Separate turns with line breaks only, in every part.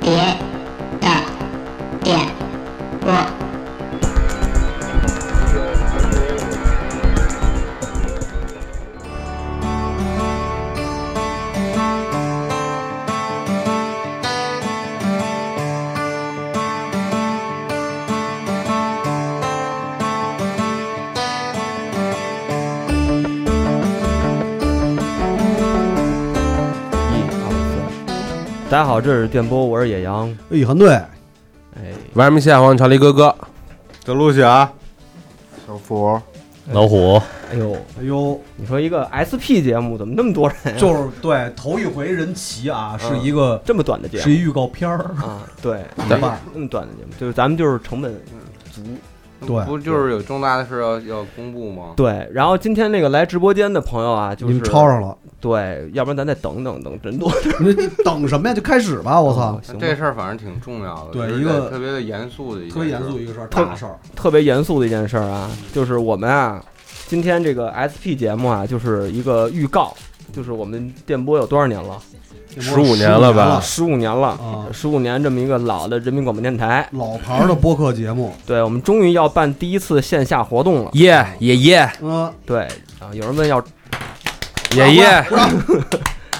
别的点播。
嗯大家好，这是电波，我是野羊。
哎，韩队，
哎，
外面下黄，长黎哥哥，
德鲁侠，小福，
老虎，
哎呦，
哎呦，
你说一个 SP 节目怎么那么多人呀、
就是对头一回人齐啊，是一个
这么短的节
是
目
一预告片儿，
啊？对，
对吧？
那么短的节目，就是咱们就是成本嗯足。
对
不就是有重大的事要要公布吗？
对，然后今天那个来直播间的朋友啊，就
你
是
们抄上了，
对，要不然咱再等等等，人多。
你等什么呀？就开始吧！我操
嗯，行吧
这事儿反正挺重要的，
对
就是
一个
特别的严肃的一件事，
特别严肃一个事儿，
特
大事儿，
特别严肃的一件事儿啊，就是我们啊，今天这个 SP 节目啊，就是一个预告，就是我们电波有多少年了？
15
15年了吧
十五年
啊
了，十五年这么一个老的人民广播电台，
老牌儿的播客节目，
对我们终于要办第一次线下活动了。
耶耶耶
嗯，
对啊，有人问要
耶耶，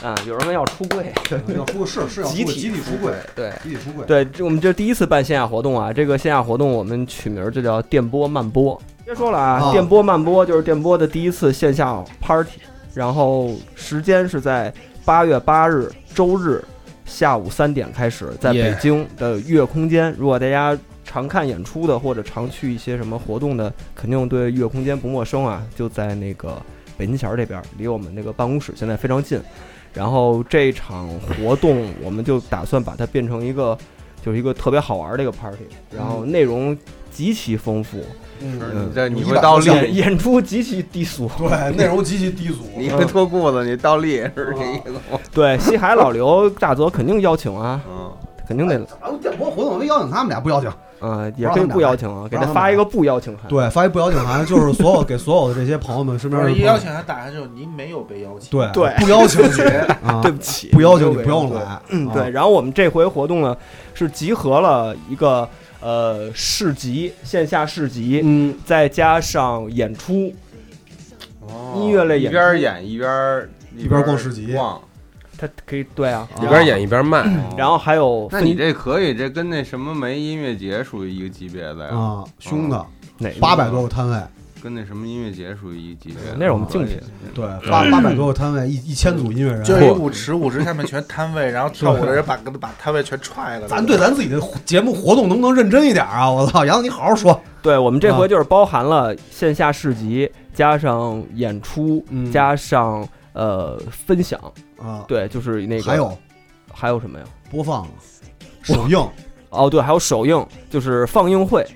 啊，有人问要出柜，
要出个是是要出
集
个
体
集体出柜，
对。
集体出柜，
对，这我们这第一次办线下活动啊，这个线下活动我们取名儿就叫“电波慢播”。别说了啊，
啊
电波慢播就是电波的第一次线下 party，然后时间是在八月八日周日下午三点开始，在北
Yeah
京的月空间。如果大家常看演出的，或者常去一些什么活动的，肯定对月空间不陌生啊，就在那个北京桥这边，离我们那个办公室现在非常近。然后这场活动，我们就打算把它变成一个，就是一个特别好玩的一个 party，然后内容极其丰富，
是
嗯
这你
有
会
一把
倒
刀
立，
剑
演演出极其低俗。
对，内容极其低俗， 嗯
你会脱裤子，你倒立是
哦
这意思吗？
对，西海老刘、大泽肯定邀请啊，
嗯，
肯定得，
咱们啊电波活动没邀请他们俩，不邀请。
啊，也可以不邀请啊，给他发一个不邀请函。
对，发一不邀请函，就是所有给所有的这些朋友们身边的
我
朋
一
友
邀请他打下去，您没有被邀请。
对
对
不邀请你啊，
对不起，
不邀请你
没有
不用
给
来，
嗯，
啊
对。，然后我们这回活动呢，是集合了一个呃市集，线下市集，
嗯，
再加上演出，
哦
音乐类
一
演出
边演一边一
一边逛市集啊
逛，哦
它可以对啊，
一边演一边卖，
然后还有
那
分
你这可以，这跟那什么梅音乐节属于一个级别的呀，
啊，凶的，
哪个
八百多个摊位，
跟那什么音乐节属于一个级别的。
那是我们竞品
可以，
对，
嗯
八八百多个摊位，一一千组音乐
就
哎
人。
是一舞池，舞池下面全摊位，然后跳舞的人把把摊位全踹了。
咱对咱自己的节目活动能不能认真一点啊？我操，杨子你好好说。
对我们这回就是包含了线下市集，加上演出，
嗯
加上呃分享，
啊，
对，就是那个
还有
还有什么呀？
播放、首映，
哦，对，还有首映，就是放映会，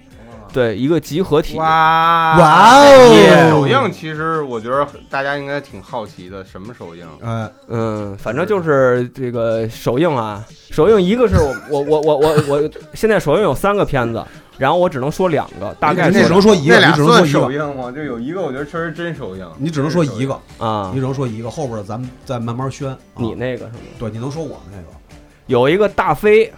对，一个集合体。
哇
哇
耶
哦，
首映其实我觉得大家应该挺好奇的，什么啊首映？
哎，
嗯，反正就是这个首映啊，首映一个是我我我我我我现在首映有三个片子，然后我只能说两个，大概
你
那
只
说
能说一个，
那俩
你只能说
算
一
首
个，
映吗？就有一个，我觉得确实真首映。
你只能说一个，
啊
你只，能说一个，后边咱们再慢慢宣。啊
你那个什么？
对，你能说我那个？
有一个大飞，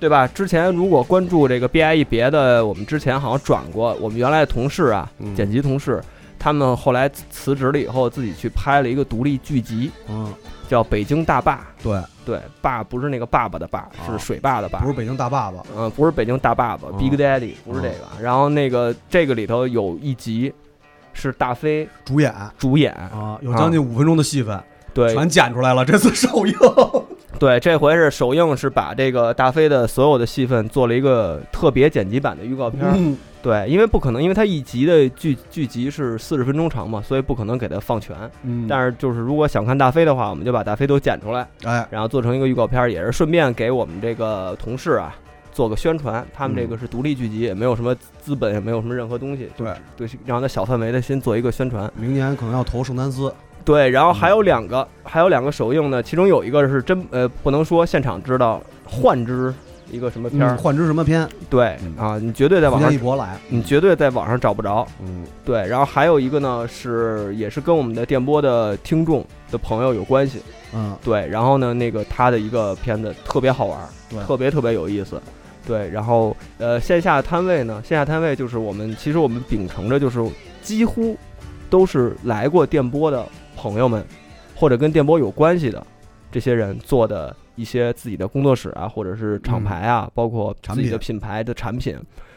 对吧？之前如果关注这个 BIE 别的，我们之前好像转过，我们原来的同事啊，
嗯
剪辑同事，他们后来辞职了以后，自己去拍了一个独立剧集，
嗯，
叫《北京大坝》。
对，
对，坝不是那个爸爸的坝，是水坝的坝。
哦不是北京大爸爸，
嗯，不是北京大爸爸、
哦
Big Daddy，不是这个。然后那个这个里头有一集是大飞
主演啊，
主演，
有将近五分钟的戏份，
对
全剪出来了。这 次首映，
对，这回是首映是把这个大飞的所有的戏份做了一个特别剪辑版的预告片儿。
嗯，
对，因为不可能，因为它一集的剧剧集是四十分钟长嘛，所以不可能给它放全。
嗯
但是就是如果想看大飞的话，我们就把大飞都剪出来，
哎，
然后做成一个预告片儿，也是顺便给我们这个同事啊做个宣传。他们这个是独立剧集，也没有什么资本，也没有什么任何东西，
对，
对，然后在小范围的先做一个宣传。
明年可能要投圣丹斯，
对，然后还有两个，还有两个首映呢，其中有一个是真呃不能说现场知道，幻之一个什么片
嗯
儿，
幻之什么片？
对
嗯
啊，你绝对在
福
网
建
上
一博来，
你绝对在网上找不着。
嗯，
对，然后还有一个呢是也是跟我们的电波的听众的朋友有关系。
嗯，
对，然后呢那个他的一个片子特别好玩儿
对，
特别特别有意思。对，然后呃线下摊位呢，线下摊位就是我们其实我们秉承着就是几乎都是来过电波的朋友们，或者跟电波有关系的这些人做的一些自己的工作室啊，或者是
嗯
厂牌啊，包括
产
自己的品牌的产品。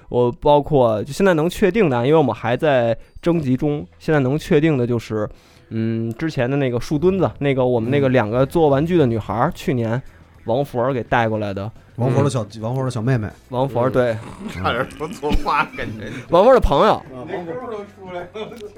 我包括就现在能确定的啊，因为我们还在征集中，现在能确定的就是，嗯，之前的那个树墩子，那个我们
嗯
那个两个做玩具的女孩儿，去年王佛儿给带过来的。
王佛的小王佛的小妹妹，
王
嗯
佛儿对
差点说错话，感觉
王佛儿的朋友，
那歌都出来了。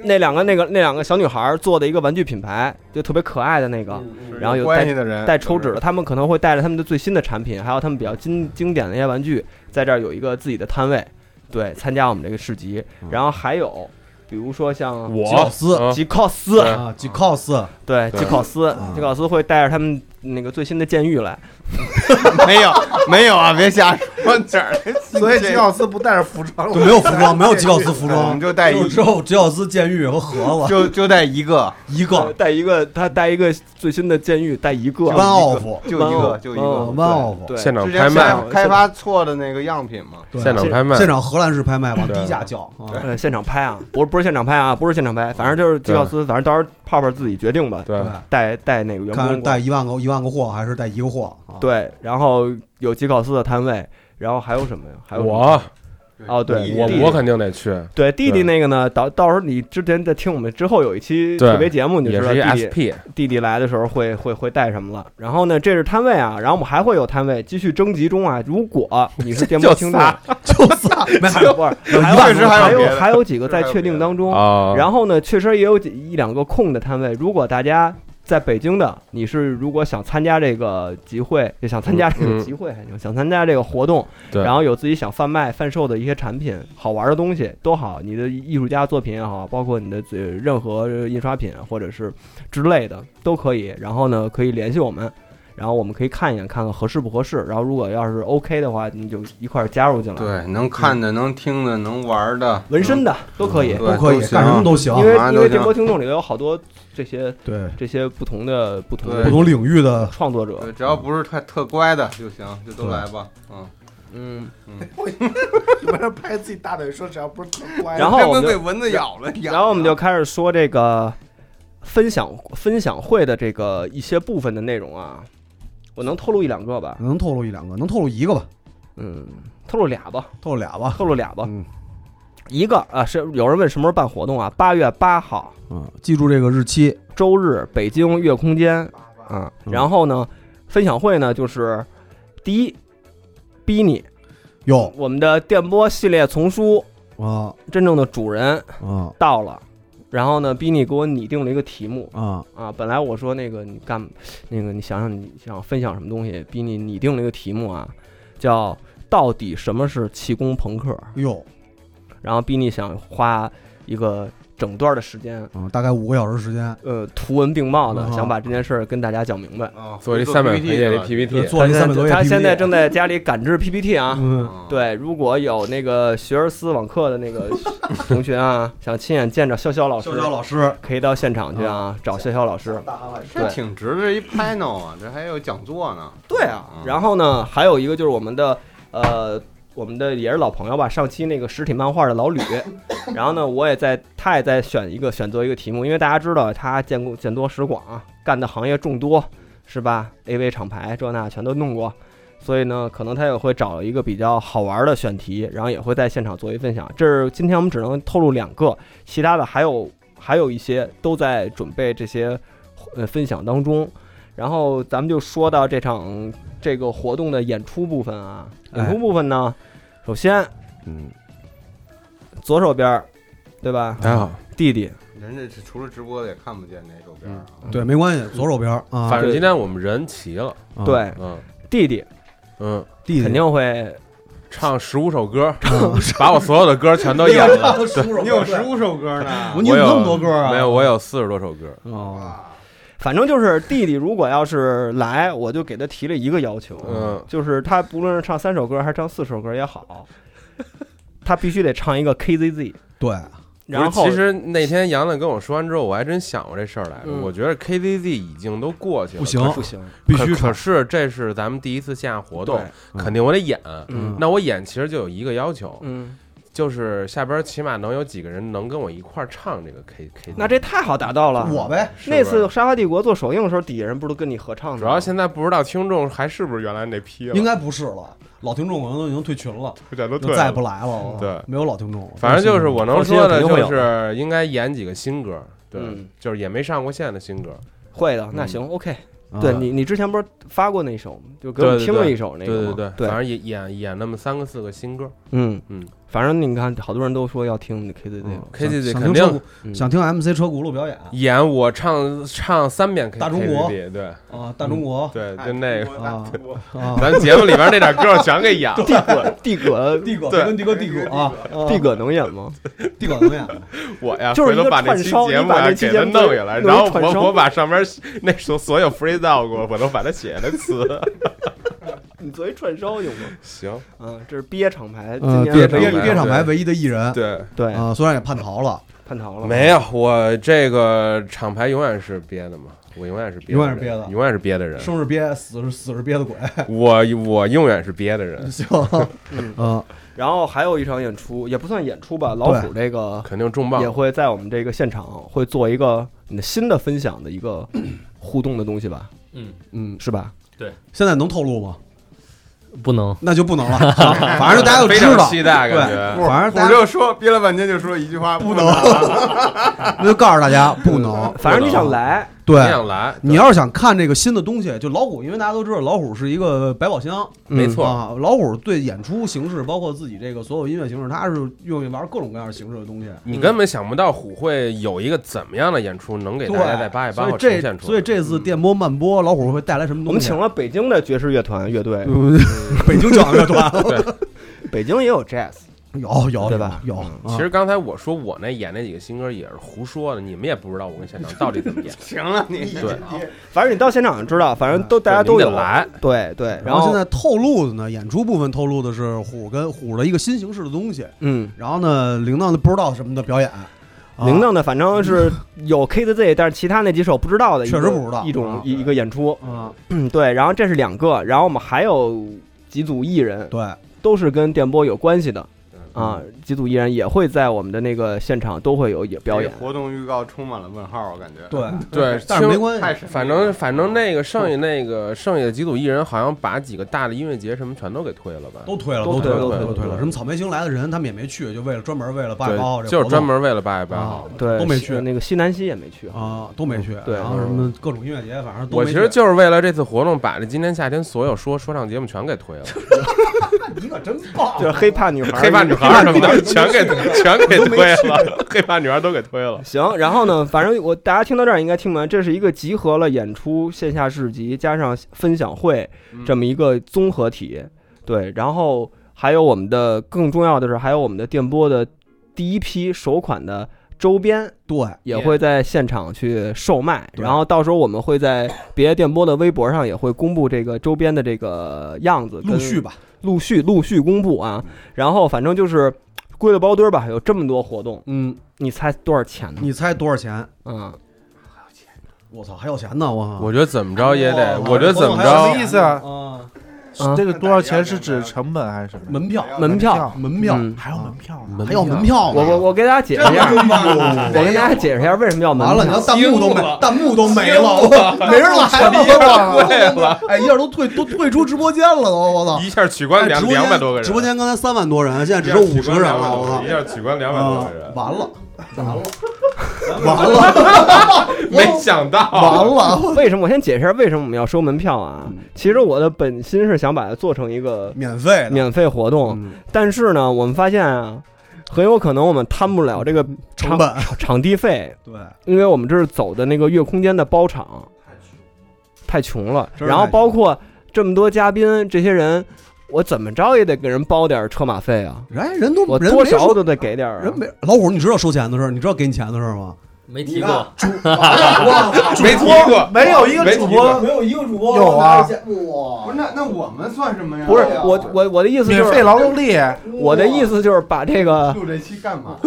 那两个那个那两个小女孩儿做的一个玩具品牌，就特别可爱的那个，
嗯
然后有带
关系的人
带抽纸的，他们可能会带着他们的最新的产品，还有他们比较经经典的一些玩具，在这儿有一个自己的摊位，对，参加我们这个市集。然后还有，比如说像
我
吉奥斯
嗯
吉考斯，
对
啊，吉 cos
对，吉考斯，吉考斯会带着他们那个最新的监狱来，
没有没有啊，别瞎说哪儿来自己
所以
这
吉奥斯不带着服装了，
就没有服 装，没有吉奥斯服
我
装
们，就带一
只有吉奥斯监狱和盒子
就就带一个，
一个
带一个他带一个最新的监狱，带一个，
弯 off，
就一个就一
哦
个。
弯 off，
对，
现场
之
拍
前
卖，
开开发错的那个样品嘛，
对
现场拍卖
现，场荷兰式拍卖，往
对
低价叫啊，
呃，现场拍啊，不是不是现场拍啊，不是现场拍，反正就是吉考斯，反正到时候泡泡自己决定吧，
对，
带带哪个员
看
工
是
过来
带一万个一万个货还是带一个货啊？，
对，然后有吉考斯的摊位，然后还有什么呀？还有什么
我
哦，对，
我
弟弟
我肯定得去，
对弟弟
对
那个呢，到到时候你之前在听我们之后有一期
对
特别节目，你就
也
知道
是一
弟弟
SP，
弟弟来的时候会会会带什么了。然后呢，这是摊位啊，然后我们还会有摊位继续征集中啊。如果你是电波
就
听众，
仨
就仨，没有
不是，还有
确实还
还
有别的
还有几个在
确实还有
确定
别的
当中。
啊，
然后呢，确实也有几一两个空的摊位。如果大家在北京的，你是如果想参加这个集会，也想参加这
嗯
个
嗯
集会还行，想参加这个活动，
对
然后有自己想贩卖、贩售的一些产品、好玩的东西都好，你的艺术家作品也好，包括你的呃任何印刷品或者是之类的都可以。然后呢，可以联系我们。然后我们可以看一眼，看看合适不合适。然后如果要是 OK 的话，你就一块儿加入进来。，
对，能看
嗯
的、能听的、能玩的，
纹身的都可以，
对
都可以
都，行
干什么都行，
因为
好像
因
都
为
行
这波听众里头有好多这些
对
这些不同的不同
不
的
同领域的
创作者，
对，只要不是太特乖的就行，就都来吧，嗯。
嗯，
你们拍自己大腿说只要不是特乖，
然后我们就
被蚊子咬了，
然后我们就开始说这个分享分享会的这个一些部分的内容啊，我能透露一两个吧，
能透露一两个，能透露一个吧，
嗯，透露俩吧，
透露俩吧，
透露俩吧，
嗯
一个啊是有人问什么时候办活动啊？八月八号
嗯，记住这个日期，
周日，北京月空间啊，
嗯
然后呢，分享会呢就是第一。逼你，
哟
我们的电波系列丛书
啊
真正的主人
啊
到了，然后呢，逼你给我拟定了一个题目
啊，
啊。本来我说那个你干，那个你想想你想分享什么东西，逼你拟定了一个题目啊，叫到底什么是气功朋克？
哟，
然后逼你想花一个整段的时间，
嗯，大概五个小时时间，
呃，图文并茂的
嗯
想把这件事儿跟大家讲明白。
啊，
做一三百
PPT
回页的
了
PPT，
做了一
他
三
现
百多
在
页
他
PPT，
现在正在家里赶制 PPT 啊。
啊嗯，
嗯，
对，如果有那个学而思网课的那个 同学啊，想亲眼见着潇潇老师，
潇潇老师，嗯
可以到现场去啊，找潇潇老师。
这挺值的一 panel 啊，这还有讲座呢。嗯
对啊，然后呢，还有一个就是我们的呃，我们的也是老朋友吧，上期那个实体漫画的老吕，然后呢，我也在，他也在选一个选择一个题目，因为大家知道他见过见多识广啊，干的行业众多，是吧？AV 厂牌这那全都弄过。所以呢，可能他也会找一个比较好玩的选题，然后也会在现场做一分享。这是今天我们只能透露两个，其他的还有还有一些都在准备这些呃分享当中。然后咱们就说到这场这个活动的演出部分啊，
哎
演出部分呢，首先
嗯，
左手边儿，对吧？
还好，
弟弟，
人家这除了直播的也看不见那手边啊。
嗯
对，没关系，左手边啊，
反正
对哎
今天我们人齐了，
啊，
对
嗯
弟弟
嗯，
弟弟啊
肯定会
唱十五首歌， 把我所有的歌全都演了，
对，
你有十五首歌呢，
你
我
有
有
那么多歌啊？
没有，我有四十多首歌，
哦，
反正就是弟弟如果要是来，我就给他提了一个要求，
嗯，
就是他不论是唱三首歌还是唱四首歌也好， 他必须得唱一个 KZZ，
对，
然
不
后
是其实那天杨澜跟我说完之后，我还真想过这事儿来着。
嗯
我觉得 KZZ 已经都过去了，
不行
可
不行，
必须
可可
唱。
是这是咱们第一次线下活动，
嗯
肯定我得演。
嗯
那我演其实就有一个要求，
嗯，
就是下边起码能有几个人能跟我一块儿唱这个 K K。
那这太好达到了。
我呗，
是吧
那次《沙发帝国》做首映的时候，底下人不是都跟你合唱的吗？
主要现在不知道听众还是不是原来那批了，
应该不是了，老听众可能都已经退群了，
这都
就
退
再
了
也不来了。
对
没有老听众了。
反正就是我能说
放心肯
的
定会
就
有
是应该演几个新歌，对
嗯，
就是也没上过线的新歌。
会
嗯
的，那行，OK。对
啊
你，你之前不是发过那首吗？就给我们
对对
听了一首那
对
个
对
吗
对，
对
反，正也演演那么三个四个新歌
嗯
嗯，
反正你看，好多人都说要听 K Z Z 了。
，K Z Z
啊想听
肯
车
定嗯
轱想听 MC 车轱辘表演
演我唱唱三遍 K
大中国
KZZ 对
啊，大中国
对，就那个，
啊啊，
咱节目里边那点歌全 给演了。
地葛，地 葛，
帝哥
对
跟帝哥帝哥啊，
地葛能演吗？
帝哥怎么演？
我呀，
就是
回头
一个
把那期
串烧
节
你
目
把
呀
那期
给
节
他
目
弄下来，
弄
然
一
后
串烧
我我把上面 那时候所有 freestyle 过，我都把它写下来 词。
你作为串烧用吗？
行，
嗯，这是憋厂牌，今
呃，
年
憋
的
憋
厂牌
憋场牌唯一的艺人
对，
对
啊，虽然也叛逃了，
叛逃了，
没有我这个厂牌永远是憋的嘛，我永远是憋的
永
人，
远是憋的
永远是憋的人。
生是憋，死是死是憋的 鬼。
我我永远是憋的人，
行，
嗯
嗯，
然后还有一场演出，也不算演出吧，老虎这个
肯定重磅
也。会在我们这个现场会做一个你的新的分享的一个互动的东西吧？
嗯
嗯，是吧？
现在能透露吗？
不能，
那就不能 了，反正就大家都
非
知
常
道，
期待，感
对，
哎
觉
反正
我
大家
就说憋了半天就说一句话，不能。
那就告诉大 家不能，
嗯
反正你想来，
对
很。想来。
你要是想看这个新的东西，就老虎，因为大家都知道老虎是一个百宝箱，
嗯
没错
啊。老虎对演出形式，包括自己这个所有音乐形式，它是愿意玩各种各样形式的东西。
你根本想不到虎会有一个怎么样的演出能给大家在八月八
所以
号呈现
这
出来。
所以这次电波慢播，老虎会带来什么
嗯我
东
们
西？啊
请了北京的爵士乐团乐队，
嗯北京交响乐团
北京也有 jazz，
有有
对吧嗯
有，啊
其实刚才我说我那演那几个新歌也是胡说的，你们也不知道我跟现场到底 怎么演。
行了，你
对，
反正你到现场就知道，反正都大家都有
你们得来，
对对，
然
后
后现在透露的呢，演出部分透露的是虎跟虎的一个新形式的东西，
嗯。
然后呢，铃铛的不知道什么的表演，啊
铃铛呢，反正是有 K Z Z，但是其他那几首不知道的一个，
确实不知道
一种
啊
一一个演出，
啊，
嗯，对。然后这是两个，然后我们还有几组艺人，
对，
都是跟电波有关系的，啊，几组艺人也会在我们的那个现场都会有也表演
这。活动预告充满了问号，我感觉。
对
嗯
对
但是没
听
关
太
系，
神秘了，
反正反正那个剩下那个剩下的几组艺人，好像把几个大的音乐节什么全都给推了吧？
都推了，
都
推了，
推了
都
都推
推
了
了。什么草莓星来的人，他们也没去，就为了专门为了八月八号
对，
这
就
活
是
动
专门为了八月八
啊
号。，
对，
都没去
那个西南西也没去。
啊，都没去。
对嗯
然后什么各种音乐节，反正都
我
没
其
去。
实就是为了这次活动，把这今天夏天所有说说唱节目全给 推了，
哎你可真棒，
就是黑怕女孩，
黑怕女孩儿什么的全给全给推了，黑怕女孩儿都给推了。
行，然后呢，反正我大家听到这儿应该听完，这是一个集合了演出、线下市集加上分享会
嗯
嗯
这么一个综合体。对，然后还有我们的更重要的是，还有我们的电波的第一批首款的周边
对，
也会在现场去售卖，
对
然后到时候我们会在别的电波的微博上也会公布这个周边的这个样子，
陆续吧，嗯
陆续陆续公布啊。然后反正就是归了包堆儿吧，有这么多活动，
嗯，
你猜多少钱呢？
你哦猜多少钱？
嗯。
我操，还要钱呢！我靠，
我觉得怎么着也得，
哇
我觉得怎么
哦还有
着
钱呢
意思啊
啊？
啊
这个多少钱是指成本还是什么？
门
哎
票，
门票，
门票，
嗯
还要门票呢？
还要门票呢。
我我我给大家解释一下，我跟大家解释一下为什么要门
完了，你
票
要。弹幕都没，弹幕都没了，我没人来了，了，哎，一下都退都退出直播间了，都我操！
啊一下取关
哎
两
直播间
两百多个人，
直播间刚才三万多人，现在只
一
有
下
五
取
十
关
人
两百
了，我操
多个人，一！下取关两百多
啊
个人，
完了， 完了，
没想到，
完了，
为什么？我先解释一下为什么我们要收门票啊？
嗯
其实我的本心是想把它做成一个
免费的，
免费活动，
嗯
但是呢，我们发现啊，很有可能我们摊不了这个
成本
场场地费，
对，
因为我们这是走的那个月空间的包场，太穷了。
真是
然后
太穷
包括这么多嘉宾，这些人，我怎么着也得给人包点车马费啊，
哎，人都
我
人
多
没说
少都得给点儿啊。
人没老虎，你知道收钱的事儿，你知道给你钱的事儿吗？
没提过，
主哇
没
主
提
播
过
没有一个
没
主
提
播
过
没有一个主播
有啊
拿着钱哇
不是，那那我们算什么呀？
不是
啊
啊
我我我的意思
免
就
费
是，
劳动力，
我的意思就是把这个，
录这期干嘛？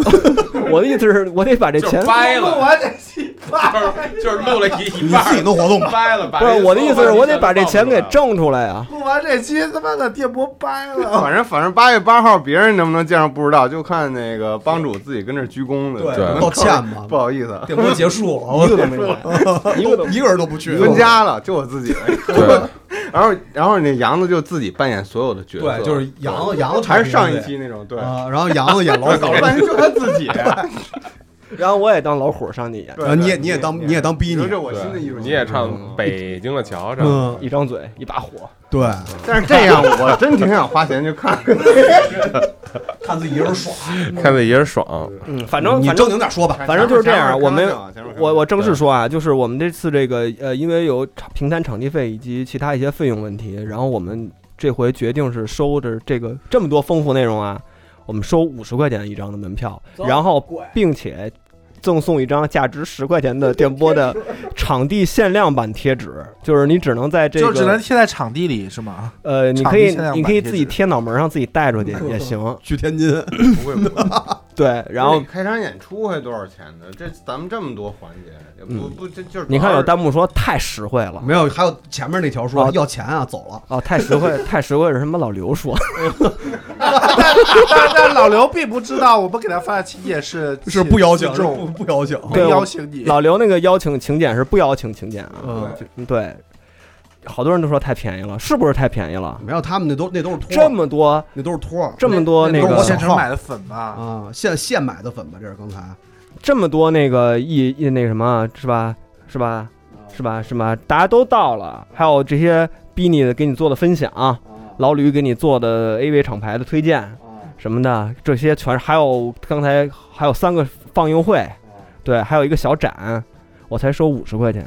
我的意思是我得把这
就是
钱，
掰
录
了，
完这期吧。
就是就是录了一
你
一半
自己
儿，
弄活动吧。
掰了，把
不是
这
我的意思是我得把这钱给
弄出来
挣出来啊。
录完这期，他妈的电波掰 了。
反正反正八月八号别人能不能见上不知道，就看那个帮主自己跟这儿鞠躬的。
对
道歉嘛
不，好意思， 啊
电波结束了，
一个都没来，一个都
一个人都不去，
分家了，就我自己。
对，
然后然后那杨子就自己扮演所有的角色，
对，就是杨子，杨子
还是上一期那种，对，
啊，然后杨子演老
搞
虎
了，半天就他自己。
然后我也当老虎上去演，
对
然后你也
对
你也当你也当逼
你
你
说，这我新的艺
对
术形式，嗯
你也唱北京的桥上，
嗯，
一张嘴，一把火。
对，
但是这样我真挺想花钱去看看。
看自己一人爽，
看自己人爽，
嗯，反正
你
反
正
正
经点说吧，
反正就是这样
前面
我们
开玩笑啊前面开玩笑
我我正式说啊，就是我们这次这个呃，因为有场平摊场地费以及其他一些费用问题，然后我们这回决定是收着这个这么多丰富内容啊，我们收五十块钱一张的门票，
走
然后
贵
并且赠送一张价值十块钱的电波的场地限量版贴纸，就是你只能在这
就只能
个
贴在场地里是吗？
呃，你
场
可
地
以
限量版
你可以
贴
自己
纸
贴脑门上自己带出去也行，
去天津，
不会不会
对，然
不是
后
你 开场演出还多少钱呢？这咱们这么多环节，也不
嗯
不这就是
你看有弹幕说太实惠了。
没有，还有前面那条说
哦
要钱啊，走了，
哦，太实惠，太实惠是什么？老刘说，
但但老刘并不知道，我们给他发的请 柬是
是不邀请，
自
是
重
不不邀请，
没
对我
邀请你。
老刘那个邀请请柬是不邀请请柬啊？
嗯，
嗯对，好多人都说太便宜了，是不是太便宜了？
没有，他们那都那都是托
这
儿，
么多
那都是托儿
这么多
那
那
那都是我
个
想
现成买的粉吧，
啊，现现买的粉吧，这是刚才
这么多那个一一那个什么是吧是吧是吧是吧？大家都到了，还有这些逼你的给你做的分享，老吕给你做的 AV 厂牌的推荐什么的，这些全还有刚才还有三个放映会，对，还有一个小展，我才收五十块钱，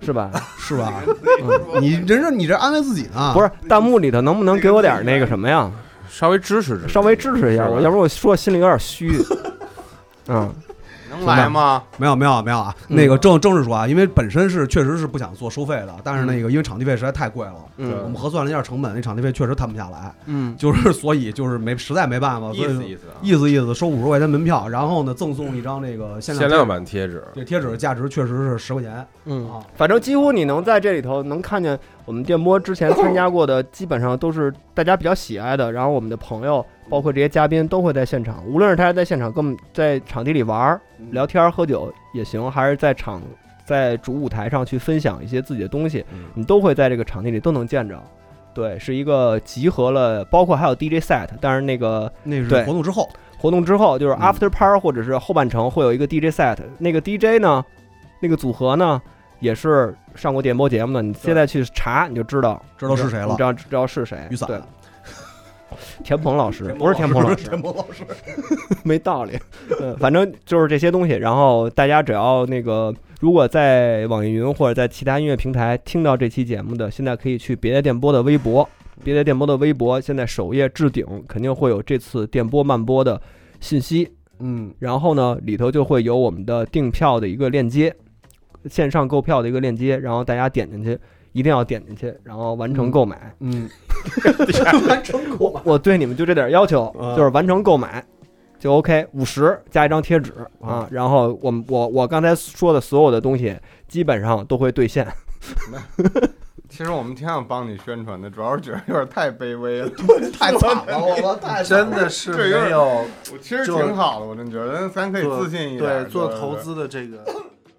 是吧？
是吧？
嗯
你人这你这安慰自己呢？
不是，弹幕里头能不能给我点儿那个什么呀？
稍微支持支持，
稍微支持一下
是吧
我，要不然我说心里有点虚。 嗯，
能来吗？
没有没有没有啊，
嗯
那个正正式说啊，因为本身是确实是不想做收费的，但是那个因为场地费实在太贵了，
嗯
我们核算了一下成本，那场地费确实摊不下来，
嗯，
就是所以就是没实在没办法，
意
所
思意
以
思啊。
意思意思收五十块钱门票，然后呢赠送一张那个限
限量版贴纸，
这贴纸价值确实是十块钱，
嗯
啊，
反正几乎你能在这里头能看见我们电波之前参加过的，基本上都是大家比较喜爱的，然后我们的朋友，包括这些嘉宾都会在现场，无论是他在现场跟我们在场地里玩儿、
嗯
聊天儿、喝酒也行，还是在场在主舞台上去分享一些自己的东西，
嗯
你都会在这个场地里都能见着。对，是一个集合了，包括还有 DJ set，但是那个
那是
对
活动之后，
活动之后，就是
嗯
after par 或者是后半程会有一个 DJ set，那个 DJ 呢，那个组合呢也是上过电波节目的，你现在去查你就知道，
知道是谁了
你知道知道是谁
雨，伞
对， 田鹏老师不是田鹏 老师，
田鹏老师，
没道理，嗯，反正就是这些东西。然后大家只要那个，如果在网易云或者在其他音乐平台听到这期节目的，现在可以去别的电波的微博，别的电波的微博现在首页置顶肯定会有这次电波慢播的信息，
嗯，
然后呢，里头就会有我们的订票的一个链接，线上购票的一个链接，然后大家点进去，一定要点进去，然后完成购买。
嗯，
我嗯我对你们就这点要求，
啊
就是完成购买就 OK，五十加一张贴纸啊。然后我们我我刚才说的所有的东西，基本上都会兑现。
其实我们挺想帮你宣传的，主要是觉得有点太卑微了。
太惨了，我操，
嗯
太真的是
这有点
没有
我其实挺好的，我真觉得咱可以自信一点。
对做投资的这个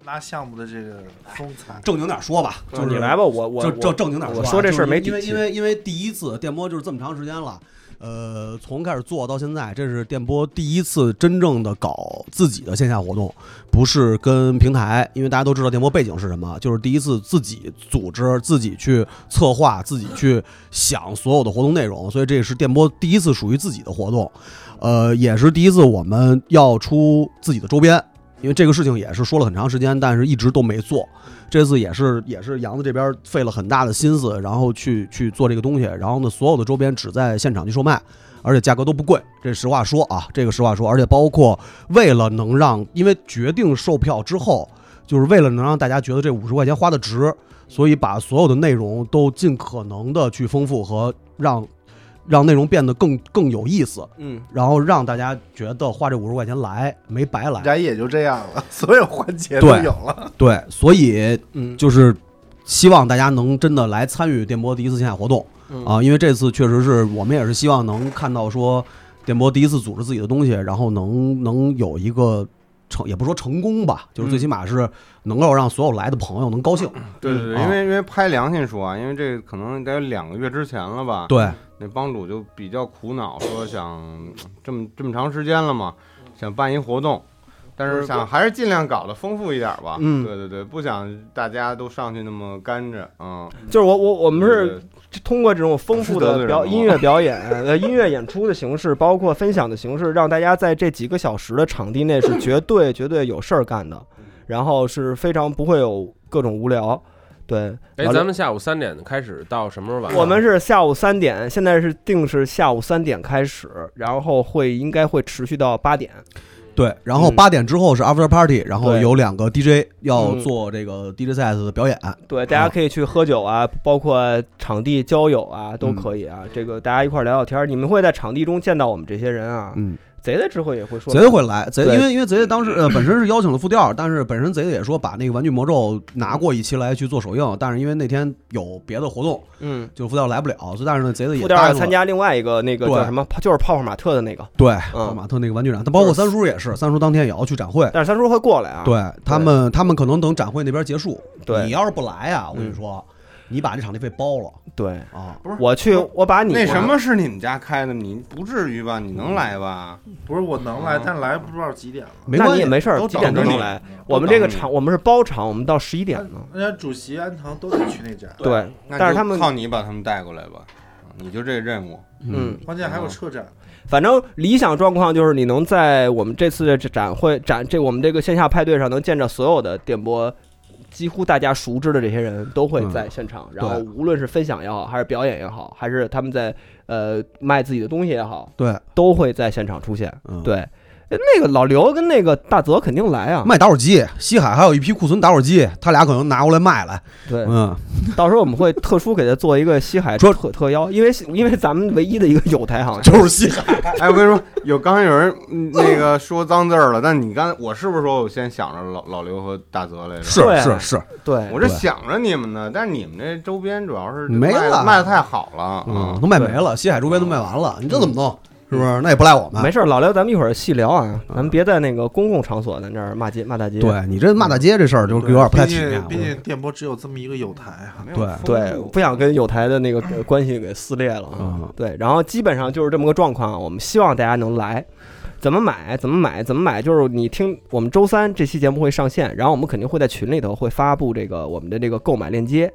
拉项目的这个风采。
正经点说吧，就是
你来吧，我我
就
我
正正经点
我
啊
说这事儿没
就是因为
底气
因为因为第一次电波就是这么长时间了，呃，从开始做到现在，这是电波第一次真正的搞自己的线下活动，不是跟平台，因为大家都知道电波背景是什么，就是第一次自己组织、自己去策划、自己去想所有的活动内容，所以这也是电波第一次属于自己的活动，呃，也是第一次我们要出自己的周边。因为这个事情也是说了很长时间，但是一直都没做。这次也是也是杨子这边费了很大的心思，然后去去做这个东西，然后呢，所有的周边只在现场去售卖，而且价格都不贵，这实话说啊，这个实话说，而且包括为了能让，因为决定售票之后，就是为了能让大家觉得这五十块钱花的值，所以把所有的内容都尽可能的去丰富和让让内容变得更更有意思，
嗯，
然后让大家觉得花这五十块钱来没白来。
人也就这样了，所有环节都
对
有了。
对，所以
嗯
就是希望大家能真的来参与电波第一次线下活动
嗯
啊，因为这次确实是我们也是希望能看到说电波第一次组织自己的东西，然后能能有一个成，也不说成功吧，就是最起码是能够让所有来的朋友能
嗯
高兴。
对对对，
啊
因为因为拍良心说啊，因为这可能得有两个月之前了吧，
对，
那帮主就比较苦恼，说想这么这么长时间了嘛，想办一活动，但是想还是尽量搞得丰富一点吧。
嗯
对对对，不想大家都上去那么干着，嗯，
就是我我我
我
们是通过这种丰富
是得罪
的
人
表
了
音乐表演、 呃音乐演出的形式，包括分享的形式，让大家在这几个小时的场地内是绝对绝对有事儿干的，然后是非常不会有各种无聊。对，
哎，
完了
咱们下午三点开始到什么时候晚上？
我们是下午三点，现在是定是下午三点开始，然后会应该会持续到八点。
对，然后
嗯
八点之后是 After Party，然后
对
有两个 DJ 要
嗯
做这个 DJ set 的表演。
对，大家可以去喝酒啊，包括场地交友啊，都可以啊。这个大家一块儿聊聊天儿，你们会在场地中见到我们这些人啊。
嗯，
贼的智慧也会说，
贼子会来，贼
对
因为因为贼子当时呃本身是邀请了副调，但是本身贼子也说把那个玩具魔咒拿过一期来去做首映，但是因为那天有别的活动，
嗯，
就副调来不了，所以但是呢贼子也
副调
答
要
应了
参加另外一个那个
对
叫什么，就是泡泡玛特的那个，
对
嗯
泡玛特那个玩具展，他包括三叔也是，三叔当天也要去展会。
但是三叔会过来啊。
对他们，他们可能等展会那边结束。
对嗯
你要是不来啊，我跟你说，你把这场地费包了
对，
啊！
我去，我把你
那什么是你们家开的，你不至于吧？你能来吧？
不是我能来，但来不知道几点了。
没
那你
关系
也，没事儿，
都
几点
等着
都能
你嗯
来。我们这个
等
场，我们是包场，我们到十一点呢。
人家主席安藤都得去那展，
对，
那
但是
就
他们
靠你把他们带过来吧，你就这任务。
嗯，
关键还有车展。
反正理想状况就是你能在我们这次的这展会展这我们这个线下派对上能见着所有的电波，几乎大家熟知的这些人都
嗯
会在现场，然后无论是分享也好，还是表演也好，还是他们在呃卖自己的东西也好，
对，
都会在现场出现。
嗯，
对，呃那个老刘跟那个大泽肯定来啊，
卖打火机，西海还有一批库存打火机，他俩可能拿过来卖来。
对，
嗯，
到时候我们会特殊给他做一个西海
说
特特邀，因为因为咱们唯一的一个有台好像
就是西海。
哎，我跟你说，有刚才有人嗯那个说脏字儿了，但你刚我是不是说我先想着老老刘和大泽来着？
是
对
是是，
对
我这
对
想着你们呢，但是你们这周边主要是
没
卖
了
卖的太好
啊
了，啊
嗯，都卖没了，西海周边都卖完
嗯
了，你这怎么弄？是不是？那也不赖我
没
们。
事，儿，老刘，咱们一会儿细聊啊，咱们别在那个公共场所在那儿骂街骂大街。
嗯对你这骂大街这事儿，就是有点不太体面。
毕竟毕竟电波只有这么一个有台啊，
没有
对
丰富
对，不想跟有台的那个呃关系给撕裂了啊。
嗯，
对，然后基本上就是这么个状况啊，我们希望大家能来。怎么买？怎么买？怎么买？就是你听我们周三这期节目会上线，然后我们肯定会在群里头会发布这个我们的这个购买链接，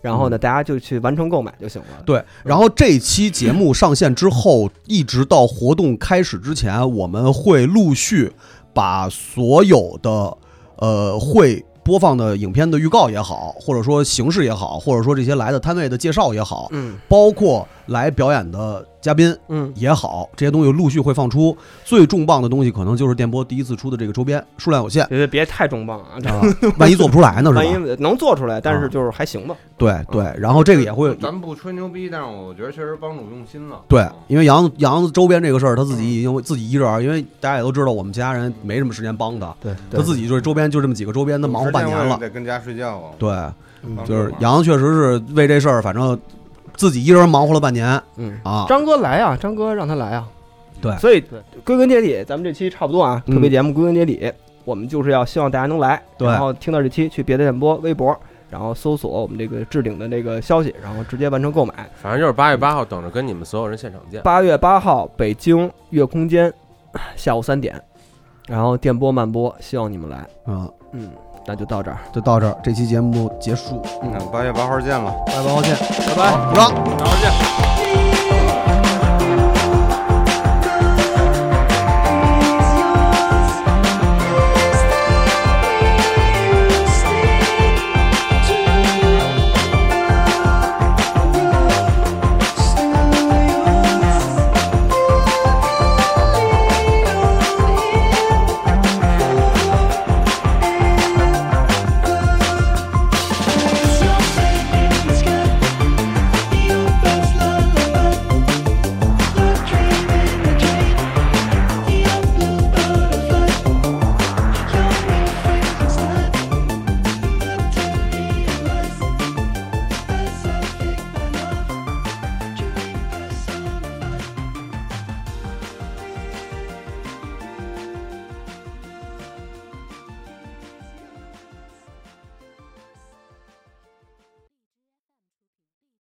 然后呢，
嗯
大家就去完成购买就行了。
对。然后这期节目上线之后，一直到活动开始之前，我们会陆续把所有的呃会播放的影片的预告也好，或者说形式也好，或者说这些来的摊位的介绍也好，
嗯
包括来表演的嘉宾，
嗯，，
也好，这些东西陆续会放出。最重磅的东西可能就是电波第一次出的这个周边，数量有限
别别太重磅啊，
啊，万一做不出来呢，
万一
是吧？
能做出来，但是
啊
就是还行吧。
对对，然后这个也会
咱们不吹牛逼，但是我觉得确实帮主用心了。
对
嗯，
因为杨杨子周边这个事儿，他自己已经自己一人儿，因为大家也都知道，我们其他人没什么时间帮他，
对，
他自己就是周边就这么几个周边，他忙活半年
有时间我
了
也。得跟家睡觉啊。
对，嗯
帮主
就
啊
是杨确实是为这事儿，反正自己一人儿忙活了半年
嗯。
啊。
张哥来啊，张哥让他来啊。
对
所以归根结底，咱们这期差不多啊，
嗯
特别节目归根结底，我们就是要希望大家能来，
对
然后听到这期去别的电波、微博，然后搜索我们这个置顶的那个消息，然后直接完成购买。
反正就是八月八号，等着跟你们所有人现场见。
八月八号，北京月空间，下午三点，然后电波慢播，希望你们来。
嗯，
嗯，那就到这儿，
就到这儿，这期节目结束，
嗯，八月八号见了。
拜拜，抱歉，
拜拜。
鼓掌。
然后见。